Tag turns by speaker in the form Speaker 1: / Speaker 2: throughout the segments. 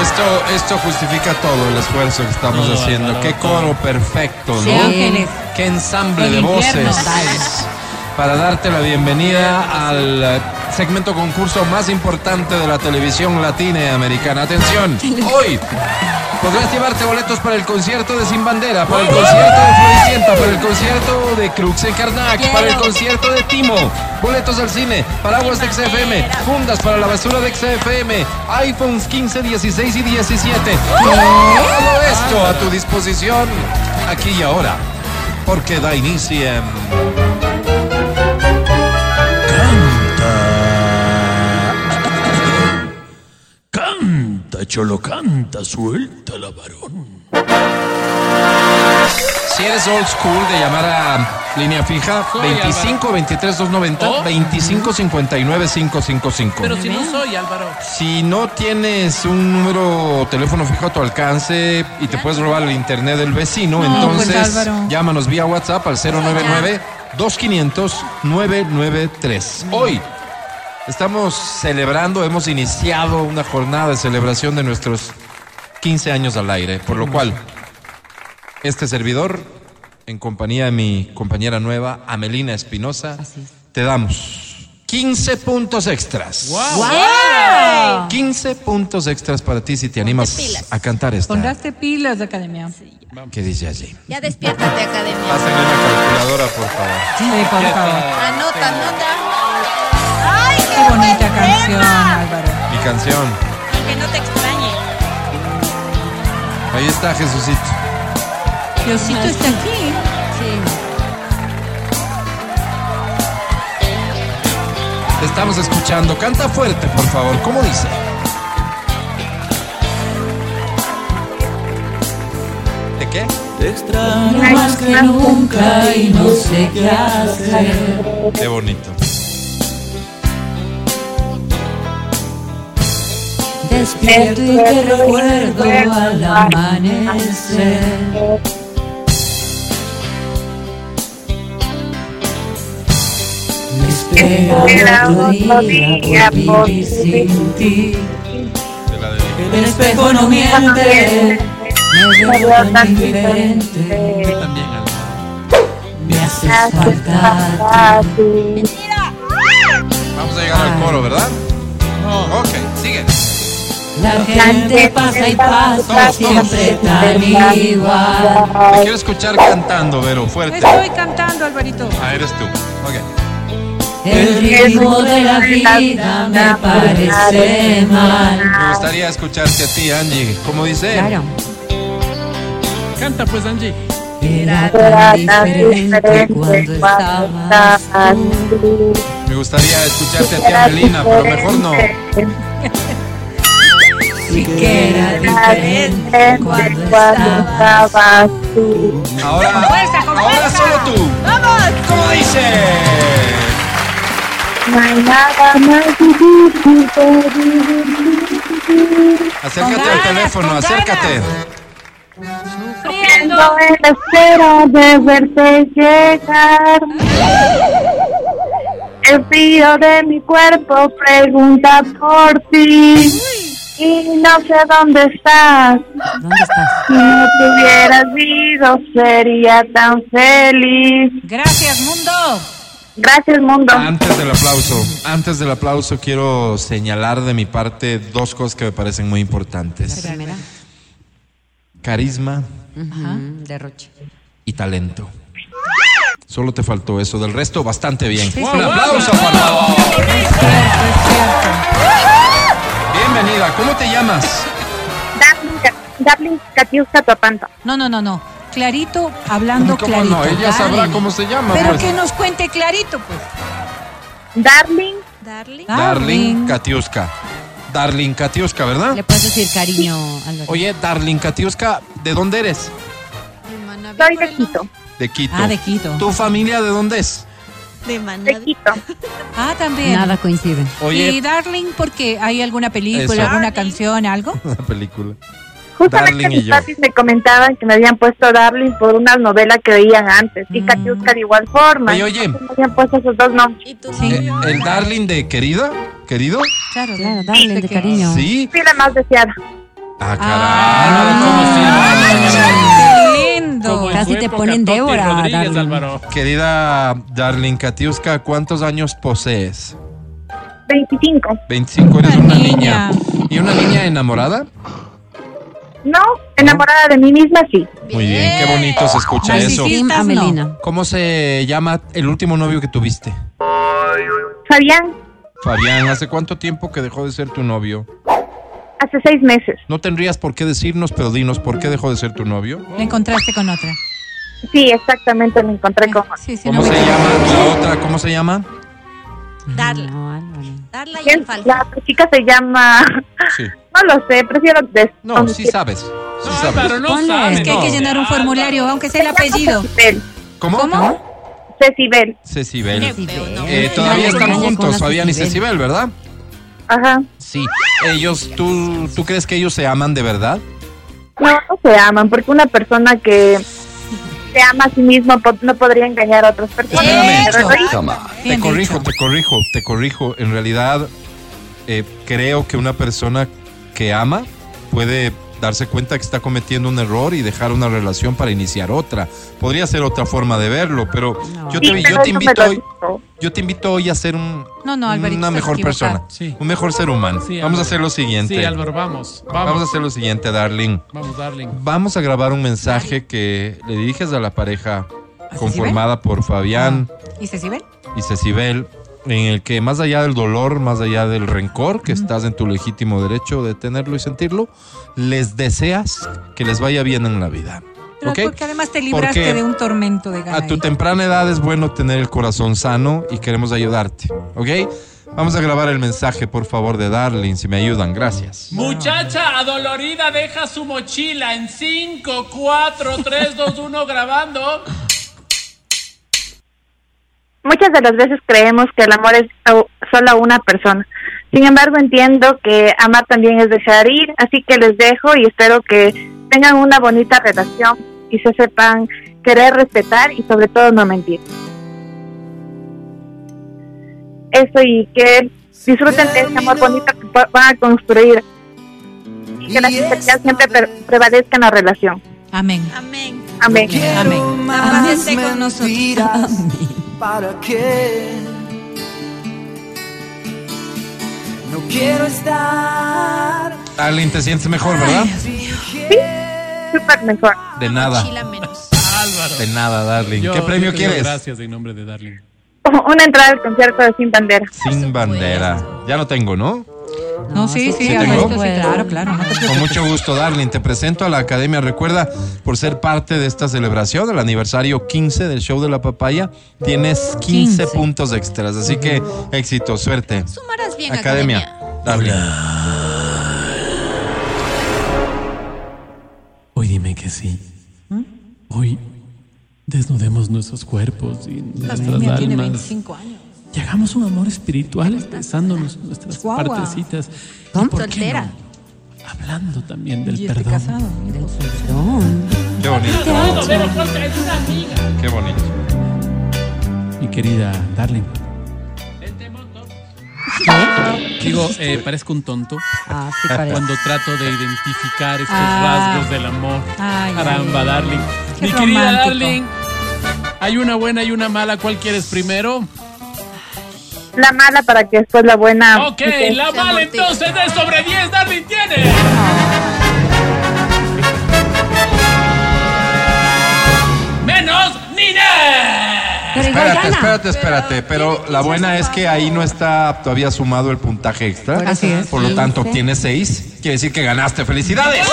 Speaker 1: esto, esto justifica todo el esfuerzo que estamos
Speaker 2: Todo,
Speaker 1: haciendo.
Speaker 2: Álvaro,
Speaker 1: Qué
Speaker 2: todo.
Speaker 1: coro perfecto,
Speaker 3: Sí,
Speaker 1: ¿no?
Speaker 3: Ángeles.
Speaker 1: Qué ensamble
Speaker 3: El
Speaker 1: de
Speaker 3: infierno.
Speaker 1: voces.
Speaker 3: Dale.
Speaker 1: Para darte la bienvenida al eh, segmento concurso más importante de la televisión latina y americana. Atención, hoy podrás llevarte boletos para el concierto de Sin Bandera, para el concierto de Floricienta, para el concierto de Crux en Karnak, para el concierto de Timo, boletos al cine, paraguas de XFM, fundas para la basura de XFM, iPhones 15, 16 y 17. Todo esto a tu disposición aquí y ahora, porque da inicio en...
Speaker 2: Canta, cholo, canta, suelta la varón.
Speaker 1: Si eres old school de llamar a línea fija,
Speaker 2: Soy
Speaker 1: 25 23 290
Speaker 2: Oh.
Speaker 1: 25 59 555.
Speaker 2: Pero si no soy Álvaro.
Speaker 1: si no tienes un número o teléfono fijo a tu alcance y te puedes robar el internet del vecino, entonces
Speaker 3: Álvaro.
Speaker 1: llámanos vía WhatsApp al 099 2500 993. Hoy estamos celebrando, hemos iniciado una jornada de celebración de nuestros 15 años al aire, por lo cual este servidor, en compañía de mi compañera nueva, Amelina Espinosa, te damos 15 puntos extras.
Speaker 3: ¡Wow!
Speaker 1: 15 puntos extras para ti si te animas a cantar esta.
Speaker 3: Pondrás pilas, Academia. Sí,
Speaker 1: ¿Qué dice allí?
Speaker 4: Ya despiértate, academia.
Speaker 1: Pásenme una calculadora, por favor.
Speaker 3: por favor.
Speaker 4: Anota, anota.
Speaker 3: Qué bonita canción, Álvaro.
Speaker 1: Mi canción.
Speaker 5: Y que no te extrañe.
Speaker 1: Ahí está, Jesucito.
Speaker 3: Diosito está aquí.
Speaker 1: Te estamos escuchando. Canta fuerte, por favor. ¿Cómo dice? ¿De qué?
Speaker 6: Más que nunca y no sé qué hacer.
Speaker 1: Qué bonito.
Speaker 6: Despierto y te recuerdo al amanecer. Me espera otro día por vivir sin ti.
Speaker 1: Te la dedico.
Speaker 6: El espejo no miente, me veo tan diferente.
Speaker 2: También Álvaro.
Speaker 6: Me haces falta a ti.
Speaker 1: Vamos a llegar
Speaker 5: Ah.
Speaker 1: al coro, ¿verdad? Ok, sigue.
Speaker 6: La gente pasa y pasa, siempre tan igual.
Speaker 1: Te quiero escuchar cantando, Vero, fuerte.
Speaker 3: Estoy cantando, Alvarito.
Speaker 1: Ah, eres tú. Ok.
Speaker 6: El ritmo de la vida me parece mal.
Speaker 1: Me gustaría escucharte a ti, Angie. ¿Cómo dice?
Speaker 3: Claro.
Speaker 2: Canta pues, Angie.
Speaker 6: Era tan diferente cuando estabas tú.
Speaker 1: Me gustaría escucharte a ti, Angelina, pero mejor no.
Speaker 6: Sí que era diferente cuando estabas
Speaker 1: Ahora,
Speaker 5: Compuesta, compuesta.
Speaker 1: ahora solo tú.
Speaker 5: ¡Vamos!
Speaker 1: ¿Cómo dice? Acércate al teléfono,
Speaker 5: con
Speaker 1: acércate.
Speaker 5: Sufriendo.
Speaker 7: espera de verte llegar. El frío de mi cuerpo pregunta por ti. Y no sé dónde estás. Si no te hubieras ido, sería tan feliz.
Speaker 3: Gracias, mundo.
Speaker 7: Gracias, mundo.
Speaker 1: Antes del aplauso, antes del aplauso quiero señalar de mi parte dos cosas que me parecen muy importantes. Carisma
Speaker 3: Derroche.
Speaker 1: y talento. Solo te faltó eso, del resto bastante bien.
Speaker 3: Sí,
Speaker 1: Un
Speaker 3: sí.
Speaker 1: aplauso, por favor.
Speaker 3: Es
Speaker 1: Bienvenida, ¿cómo te llamas?
Speaker 7: Dublin Catiusca Topanto.
Speaker 3: cierto. No, no, no, no. Clarito, hablando
Speaker 1: ¿Cómo
Speaker 3: clarito.
Speaker 1: no? Ella sabrá
Speaker 3: Dale.
Speaker 1: cómo se llama.
Speaker 3: Pero
Speaker 1: pues.
Speaker 3: que nos cuente clarito, pues.
Speaker 7: Darling,
Speaker 5: Darling.
Speaker 1: Darling Katiuska. Darling Katiuska, ¿verdad?
Speaker 3: puedes decir cariño, Álvaro.
Speaker 1: Oye, Darling Katiuska, ¿de dónde eres?
Speaker 7: soy de Quito.
Speaker 1: De Quito.
Speaker 3: Ah, de Quito.
Speaker 1: ¿Tu familia de dónde es?
Speaker 5: De
Speaker 7: De
Speaker 5: manada.
Speaker 7: Quito.
Speaker 3: Ah, también.
Speaker 8: coincide.
Speaker 3: Y
Speaker 1: Oye,
Speaker 3: Darling, porque hay alguna película,
Speaker 1: Eso.
Speaker 3: alguna canción, algo.
Speaker 1: la película.
Speaker 7: Justamente
Speaker 1: Darling y
Speaker 7: mis
Speaker 1: yo.
Speaker 7: papis me comentaban que me habían puesto Darling por una novela que veían antes y Katiuska de igual forma.
Speaker 1: Oye, oye.
Speaker 7: Entonces Me habían puesto esos dos nombres.
Speaker 5: Y tú
Speaker 3: Sí.
Speaker 1: Eh, ¿El Darling de querida? ¿Querido?
Speaker 3: Claro,
Speaker 8: Claro, darle de
Speaker 3: que-
Speaker 8: cariño.
Speaker 1: Sí.
Speaker 7: Fui la más deseada.
Speaker 1: Ah,
Speaker 2: Ah,
Speaker 1: caray.
Speaker 2: como siempre.
Speaker 3: Ah, Qué lindo.
Speaker 2: Como en
Speaker 6: Casi
Speaker 2: su
Speaker 6: te
Speaker 2: época,
Speaker 6: ponen
Speaker 2: Toti
Speaker 6: Débora,
Speaker 2: Rodríguez,
Speaker 6: Darling.
Speaker 2: Álvaro.
Speaker 1: Querida Darling Katiuska, ¿cuántos años posees?
Speaker 7: 25.
Speaker 1: 25, eres
Speaker 3: Una
Speaker 1: una
Speaker 3: niña.
Speaker 1: niña. ¿Y una niña enamorada?
Speaker 7: No, enamorada de mí misma, sí.
Speaker 1: Muy bien, qué bonito se escucha eso.
Speaker 3: Narcisista.
Speaker 6: Team
Speaker 3: no.
Speaker 6: Amelina.
Speaker 1: ¿Cómo se llama el último novio que tuviste?
Speaker 7: Fabián,
Speaker 1: Fabián, ¿hace cuánto tiempo que dejó de ser tu novio?
Speaker 7: hace seis meses.
Speaker 1: No tendrías por qué decirnos, pero dinos, ¿por qué dejó de ser tu novio?
Speaker 3: La encontraste con otra.
Speaker 7: Sí, exactamente, me encontré con...
Speaker 3: Sí, sí,
Speaker 1: ¿Cómo
Speaker 3: no
Speaker 1: se
Speaker 3: me
Speaker 1: llama la otra? ¿Cómo se llama?
Speaker 5: Darla.
Speaker 6: No, Álvaro.
Speaker 5: Darla y
Speaker 7: ¿Quién?
Speaker 5: el falso.
Speaker 7: La chica se llama...
Speaker 1: Sí.
Speaker 7: No lo sé, prefiero... des-
Speaker 1: No, sí sabes. Sí
Speaker 2: No,
Speaker 1: sabes.
Speaker 2: Álvaro, no
Speaker 6: Ponle,
Speaker 2: sabes.
Speaker 3: Es que hay que
Speaker 2: No.
Speaker 3: llenar un formulario, aunque sea el
Speaker 7: Se llama
Speaker 3: apellido.
Speaker 7: Cecibel.
Speaker 1: ¿Cómo?
Speaker 3: ¿Cómo?
Speaker 7: Cecibel,
Speaker 5: Qué
Speaker 1: Cecibel.
Speaker 5: feo, no.
Speaker 1: Eh,
Speaker 6: Ay,
Speaker 1: todavía
Speaker 6: no,
Speaker 1: están
Speaker 6: no, no, con
Speaker 1: juntos,
Speaker 6: las
Speaker 1: Fabián y
Speaker 6: Cecibel.
Speaker 1: Cecibel, ¿verdad?
Speaker 7: ajá.
Speaker 1: Sí. Ellos, ¿tú, ¿tú crees que ellos se aman de verdad?
Speaker 7: No, no se aman, porque una persona que se ama a sí misma po- no podría engañar a otras personas.
Speaker 1: Espérame.
Speaker 7: Pero sí,
Speaker 1: Te
Speaker 3: Bien
Speaker 1: corrijo,
Speaker 3: dicho.
Speaker 1: te corrijo, te corrijo. En realidad, eh, creo que una persona que ama puede darse cuenta que está cometiendo un error y dejar una relación para iniciar otra. Podría ser otra forma de verlo, pero yo te, yo
Speaker 7: sí, pero
Speaker 1: te
Speaker 7: eso me
Speaker 1: invito
Speaker 7: lo
Speaker 1: hoy,
Speaker 7: dijo.
Speaker 1: yo te invito hoy a ser un,
Speaker 3: No, no, Alvarito,
Speaker 1: una
Speaker 3: estás
Speaker 1: mejor
Speaker 3: equivocado.
Speaker 1: persona,
Speaker 2: Sí.
Speaker 1: un mejor ser humano.
Speaker 2: Sí,
Speaker 1: vamos a
Speaker 2: Álvaro.
Speaker 1: hacer lo siguiente.
Speaker 2: Sí, Álvaro, vamos.
Speaker 1: vamos a
Speaker 2: Vamos,
Speaker 1: hacer lo siguiente, darling.
Speaker 2: vamos, darling.
Speaker 1: Vamos a grabar un mensaje que le diriges a la pareja conformada por Fabián.
Speaker 3: ¿Y Cecibel?
Speaker 1: y Cecibel, en el que más allá del dolor, más allá del rencor, que estás en tu legítimo derecho de tenerlo y sentirlo, les deseas que les vaya bien en la vida.
Speaker 3: Pero
Speaker 1: ¿ok? Ah,
Speaker 3: Porque además te libraste
Speaker 1: Porque
Speaker 3: de un tormento de
Speaker 1: A tu
Speaker 3: ganas.
Speaker 1: temprana edad es bueno tener el corazón sano y queremos ayudarte, ¿ok? Vamos a grabar el mensaje, por favor, de Darling, si me ayudan, gracias.
Speaker 2: Muchacha adolorida deja su mochila en 5, 4, 3, 2, 1 grabando.
Speaker 7: Muchas de las veces creemos que el amor es au- solo a una persona. Sin embargo, entiendo que amar también es dejar ir, así que les dejo y espero que tengan una bonita relación y se sepan querer, respetar y sobre todo no mentir. Eso y que disfruten de este amor bonito que va- van a construir y que la sinceridad siempre pre- prevalezca en la relación.
Speaker 3: Amén.
Speaker 5: Amén.
Speaker 7: Amén.
Speaker 3: Amén.
Speaker 5: Paz esté con nosotros.
Speaker 8: ¿Para qué? No quiero estar.
Speaker 1: Darling, te sientes mejor, ¿verdad?
Speaker 7: Súper mejor.
Speaker 1: De nada,
Speaker 5: Chila menos.
Speaker 2: Álvaro.
Speaker 1: de nada, Darling.
Speaker 2: Yo-
Speaker 1: ¿Qué
Speaker 2: yo
Speaker 1: premio
Speaker 2: te digo
Speaker 1: quieres?
Speaker 2: Gracias en nombre de Darling.
Speaker 7: Una entrada al concierto de Sin Bandera.
Speaker 1: Sin bandera. Ya lo tengo, ¿no?
Speaker 3: No, sí, sí,
Speaker 1: sí,
Speaker 3: Alvarito,
Speaker 1: tengo.
Speaker 3: sí, claro, claro. no te
Speaker 1: Con
Speaker 3: preocupes.
Speaker 1: mucho gusto, Darling. Te presento a la Academia Recuerda por ser parte de esta celebración, el aniversario 15 del show de la papaya. Tienes 15,
Speaker 3: 15.
Speaker 1: puntos extras, así que éxito, suerte.
Speaker 5: Sumarás bien,
Speaker 1: Academia.
Speaker 5: academia.
Speaker 1: Darling.
Speaker 2: Hoy dime que sí.
Speaker 3: ¿Mm?
Speaker 2: Hoy desnudemos nuestros cuerpos y nuestras
Speaker 3: Mira, tiene
Speaker 2: almas.
Speaker 3: 25 años.
Speaker 2: Y hagamos un amor espiritual expresándonos nuestras
Speaker 3: Guagua.
Speaker 2: partecitas. ¿Y
Speaker 6: ¿Cómo?
Speaker 2: por qué
Speaker 5: Soltera.
Speaker 2: no? Hablando también
Speaker 3: Y
Speaker 2: del
Speaker 3: este
Speaker 2: perdón.
Speaker 3: casado. mira, o sea,
Speaker 1: Qué bonito. Qué bonito.
Speaker 2: Mi querida Darling. Digo, eh, parezco un tonto
Speaker 6: Ah, sí parece.
Speaker 2: cuando trato de identificar estos
Speaker 3: Ah.
Speaker 2: rasgos del amor.
Speaker 3: Ay,
Speaker 2: Caramba,
Speaker 3: ay.
Speaker 2: Darling.
Speaker 3: Qué
Speaker 2: Mi querida
Speaker 3: romántico.
Speaker 2: Darling, hay una buena y una mala. ¿Cuál quieres primero?
Speaker 7: La mala para que después la
Speaker 3: Ah,
Speaker 7: buena.
Speaker 2: Ok, la mala
Speaker 5: amortigua.
Speaker 2: entonces es sobre 10, Darling tiene. Menos Nina.
Speaker 6: Pero igual
Speaker 1: Espérate,
Speaker 6: gana.
Speaker 1: espérate, espérate. Pero la buena es que ahí no está todavía sumado el puntaje extra.
Speaker 3: Así es.
Speaker 1: Por lo tanto, obtienes 6. Quiere decir que ganaste. ¡Felicidades!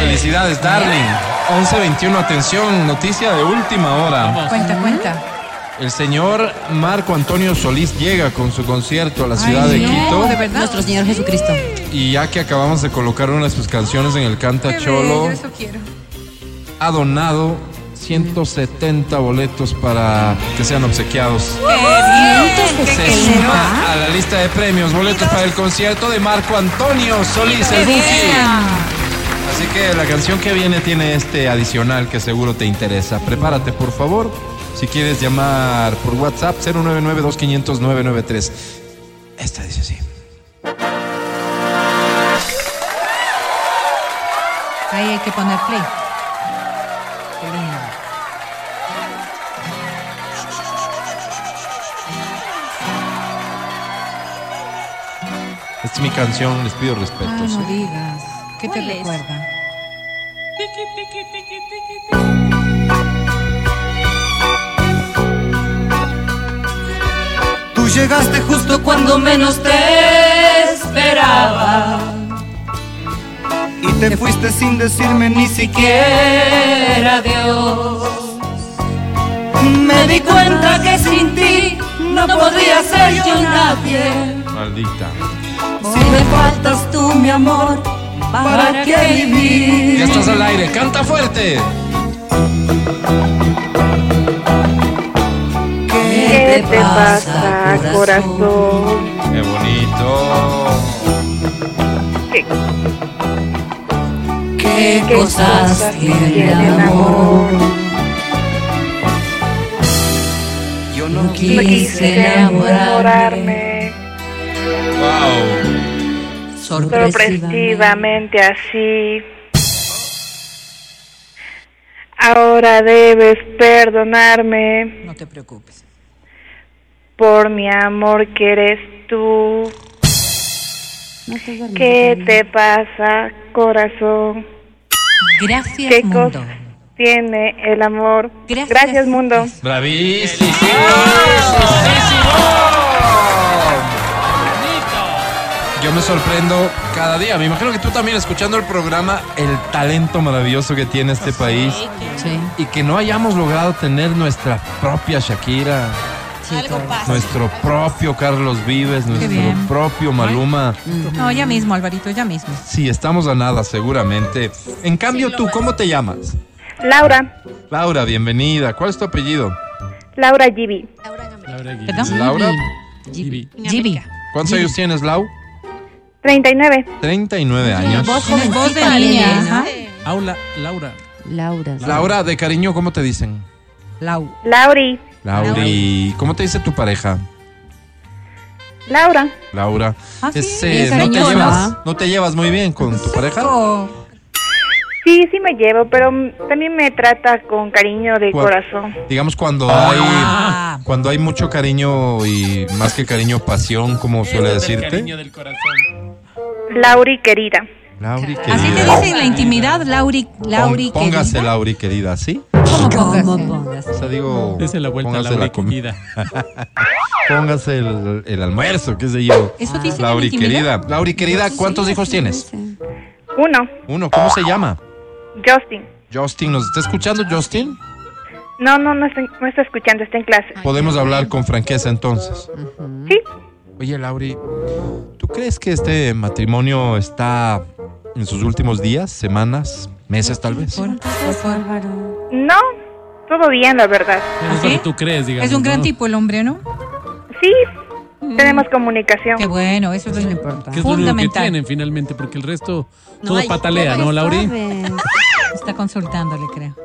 Speaker 1: Felicidades, darling. 11.21, atención, noticia de última hora.
Speaker 3: Cuenta, cuenta.
Speaker 1: El señor Marco Antonio Solís llega con su concierto a la ciudad
Speaker 3: Ay,
Speaker 1: de
Speaker 3: no,
Speaker 1: Quito.
Speaker 3: de verdad.
Speaker 6: Nuestro Señor Jesucristo.
Speaker 1: Y ya que acabamos de colocar una de sus canciones en el Canta
Speaker 3: Qué
Speaker 1: Cholo,
Speaker 3: bello, eso quiero.
Speaker 1: ha donado 170 boletos para que sean obsequiados.
Speaker 3: Qué bien. Qué
Speaker 1: Se suma a la lista de premios boletos para el concierto de Marco Antonio Solís, el Buki.
Speaker 3: bien.
Speaker 1: Así que la canción que viene tiene este adicional que seguro te interesa. Prepárate, por favor. Si quieres llamar por WhatsApp, 099-2500-993. Esta dice así.
Speaker 3: Ahí hay que poner play. Qué lindo.
Speaker 1: Esta es mi canción, les pido
Speaker 3: Ah,
Speaker 1: respeto.
Speaker 3: no digas. ¿Qué te
Speaker 5: ¿Cuál es?
Speaker 3: recuerda?
Speaker 2: Tiki, tiki, tiki, tiki, tiki.
Speaker 8: Tú llegaste justo
Speaker 6: Justo cuando menos te esperaba,
Speaker 8: y te fuiste sin decirme ni siquiera.
Speaker 6: quiera Dios. Me di cuenta que sin ti no podría ser yo nadie.
Speaker 1: Maldita.
Speaker 6: Si me faltas tú, mi amor, ¿para qué
Speaker 1: Ya
Speaker 6: vivir?
Speaker 1: estás al aire, canta fuerte.
Speaker 7: ¿Qué te pasa, corazón?
Speaker 1: Qué bonito.
Speaker 6: ¿Qué cosas tiene el amor?
Speaker 8: Yo no
Speaker 7: No
Speaker 6: Quise enamorarme
Speaker 1: Wow.
Speaker 6: sorpresivamente.
Speaker 7: sorpresivamente así. Ahora debes perdonarme
Speaker 3: No te preocupes.
Speaker 7: por mi amor que eres tú. ¿Qué te pasa, corazón?
Speaker 3: Gracias,
Speaker 7: ¿Qué
Speaker 3: mundo.
Speaker 7: cosa tiene el amor?
Speaker 3: Gracias.
Speaker 7: mundo.
Speaker 1: Bravísimo. Yo me sorprendo cada día. Me imagino que tú también escuchando el programa, el talento maravilloso que tiene este país
Speaker 3: Sí,
Speaker 1: y que no hayamos logrado tener nuestra propia Shakira,
Speaker 3: sí, todo.
Speaker 4: Algo pasa.
Speaker 1: nuestro propio Carlos Vives, nuestro
Speaker 3: bien. mm.
Speaker 1: propio Maluma.
Speaker 3: No, ya mismo, Alvarito, ya mismo.
Speaker 1: Sí, estamos a nada, seguramente. En cambio, tú, ¿cómo te llamas?
Speaker 7: Laura,
Speaker 1: Laura, bienvenida. ¿Cuál es tu apellido?
Speaker 7: Laura Gibi.
Speaker 3: ¿Perdón?
Speaker 1: Laura.
Speaker 3: Gibi. Gibi.
Speaker 1: ¿Cuántos años tienes, Lau?
Speaker 7: 39.
Speaker 1: 39 años.
Speaker 3: Vos tienes voz de niña.
Speaker 5: jovencita,
Speaker 3: ¿eh?
Speaker 5: Lele, ¿no?
Speaker 3: ajá.
Speaker 2: Aula, Laura.
Speaker 6: Laura.
Speaker 1: Laura, de cariño, ¿cómo te dicen?
Speaker 3: Lau.
Speaker 7: Lauri.
Speaker 1: Lauri. ¿Cómo te dice tu pareja?
Speaker 7: Laura.
Speaker 1: Laura.
Speaker 3: Ah, sí,
Speaker 1: Ese,
Speaker 3: bien
Speaker 1: ¿no, te
Speaker 3: cariñosa.
Speaker 1: llevas, ¿No te llevas muy bien con tu pareja?
Speaker 3: Oh,
Speaker 7: Sí, sí me llevo, pero mm, también me trata con cariño de
Speaker 1: Cua-
Speaker 7: corazón.
Speaker 1: Digamos, cuando
Speaker 3: Ah.
Speaker 1: hay cuando hay mucho cariño y más que cariño, pasión, como suele
Speaker 2: Ese es el
Speaker 1: decirte.
Speaker 2: cariño del corazón.
Speaker 7: Lauri querida.
Speaker 1: Lauri, querida.
Speaker 3: Así te dicen en la intimidad, Lauri, Lauri
Speaker 1: Pon- Póngase,
Speaker 3: querida.
Speaker 1: Lauri, querida, ¿sí?
Speaker 6: ¿Cómo
Speaker 1: O sea, digo,
Speaker 2: Esa es la vuelta a
Speaker 1: póngase
Speaker 2: la
Speaker 1: la comi-
Speaker 2: comida.
Speaker 1: Póngase el, el almuerzo, qué sé yo.
Speaker 3: Eso dicen en la
Speaker 1: Lauri,
Speaker 3: intimidad.
Speaker 1: querida. Lauri, querida, ¿cuántos hijos tienes?
Speaker 7: Uno,
Speaker 1: Uno, ¿cómo se llama?
Speaker 7: Justin.
Speaker 1: Justin, ¿nos está escuchando, Justin?
Speaker 7: No, no, no está, no está escuchando, está en clase.
Speaker 1: Podemos hablar con franqueza entonces.
Speaker 7: Sí,
Speaker 1: Oye, Lauri, ¿tú crees que este matrimonio está en sus últimos días, semanas, meses tal vez?
Speaker 3: Por- por favor.
Speaker 7: no, todo bien, la verdad.
Speaker 2: Eso es lo que tú crees, digamos.
Speaker 3: ¿Ah, Es un gran
Speaker 2: ¿no?
Speaker 3: tipo el hombre, ¿no?
Speaker 7: Sí, tenemos comunicación.
Speaker 3: Mm. Qué bueno, eso es lo importante.
Speaker 2: Que es lo único que tienen finalmente, porque el resto todo patalea, ¿no, Lauri?
Speaker 3: Está consultándole, creo.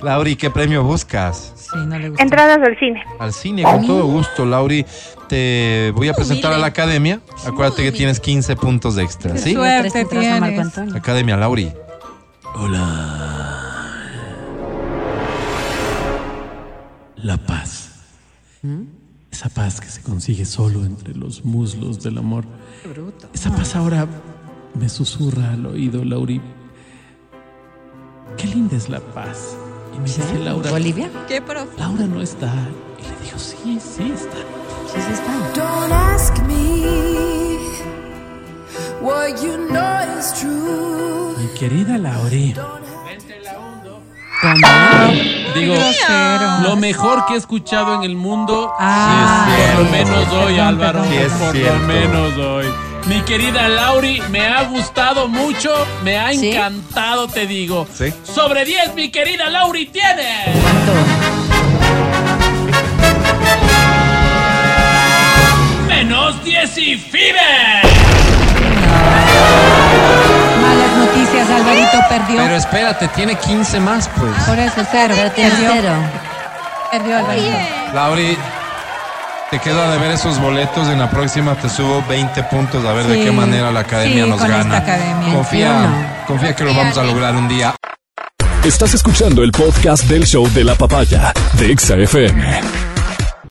Speaker 1: Lauri, ¿qué premio buscas?
Speaker 3: Sí, no le gusta.
Speaker 7: Entradas al cine.
Speaker 1: Al cine, con todo gusto, Lauri. Te voy a presentar a la academia. Acuérdate que tienes 15 puntos de extra, ¿sí?
Speaker 3: Suerte tienes.
Speaker 1: Academia, Lauri.
Speaker 2: La paz.
Speaker 3: ¿Mm?
Speaker 2: Esa paz que se consigue solo entre los muslos del amor. Esa paz
Speaker 3: Ah.
Speaker 2: ahora me susurra al oído, Lauri. Qué linda es la paz. Y me dice Laura,
Speaker 6: Bolivia.
Speaker 3: Qué profe.
Speaker 2: Laura no está. Y le digo, sí, sí está.
Speaker 6: Sí, sí está.
Speaker 9: Don't ask me what you know is true.
Speaker 2: Mi querida Lauri. Digo, lo mejor que he escuchado en el mundo
Speaker 3: Ah,
Speaker 1: Sí, es
Speaker 2: Por lo
Speaker 1: cierto.
Speaker 2: menos hoy,
Speaker 3: Perdón,
Speaker 2: Álvaro.
Speaker 3: perdón.
Speaker 1: Sí, es
Speaker 2: por
Speaker 1: cierto.
Speaker 2: lo menos hoy. Mi querida Lauri, me ha gustado mucho, me ha
Speaker 6: Sí.
Speaker 2: encantado, te digo.
Speaker 1: Sí.
Speaker 2: Sobre 10, mi querida Lauri tiene. Menos 10 y FIBE.
Speaker 3: Malas noticias Entonces Alvarito perdió.
Speaker 1: Pero espérate, tiene 15 más, pues.
Speaker 3: Por eso, cero.
Speaker 10: Pero tiene
Speaker 3: perdió.
Speaker 10: cero.
Speaker 3: Perdió Alvarito.
Speaker 1: Lauri, te quedo a deber esos boletos. En la próxima te subo 20 puntos a ver de
Speaker 3: Sí.
Speaker 1: qué manera la academia
Speaker 3: Sí,
Speaker 1: nos
Speaker 3: con
Speaker 1: gana.
Speaker 3: esta academia.
Speaker 1: Confía,
Speaker 3: Sí
Speaker 1: confía que lo vamos a lograr un día.
Speaker 11: Estás escuchando el podcast del show de la papaya de Exa FM.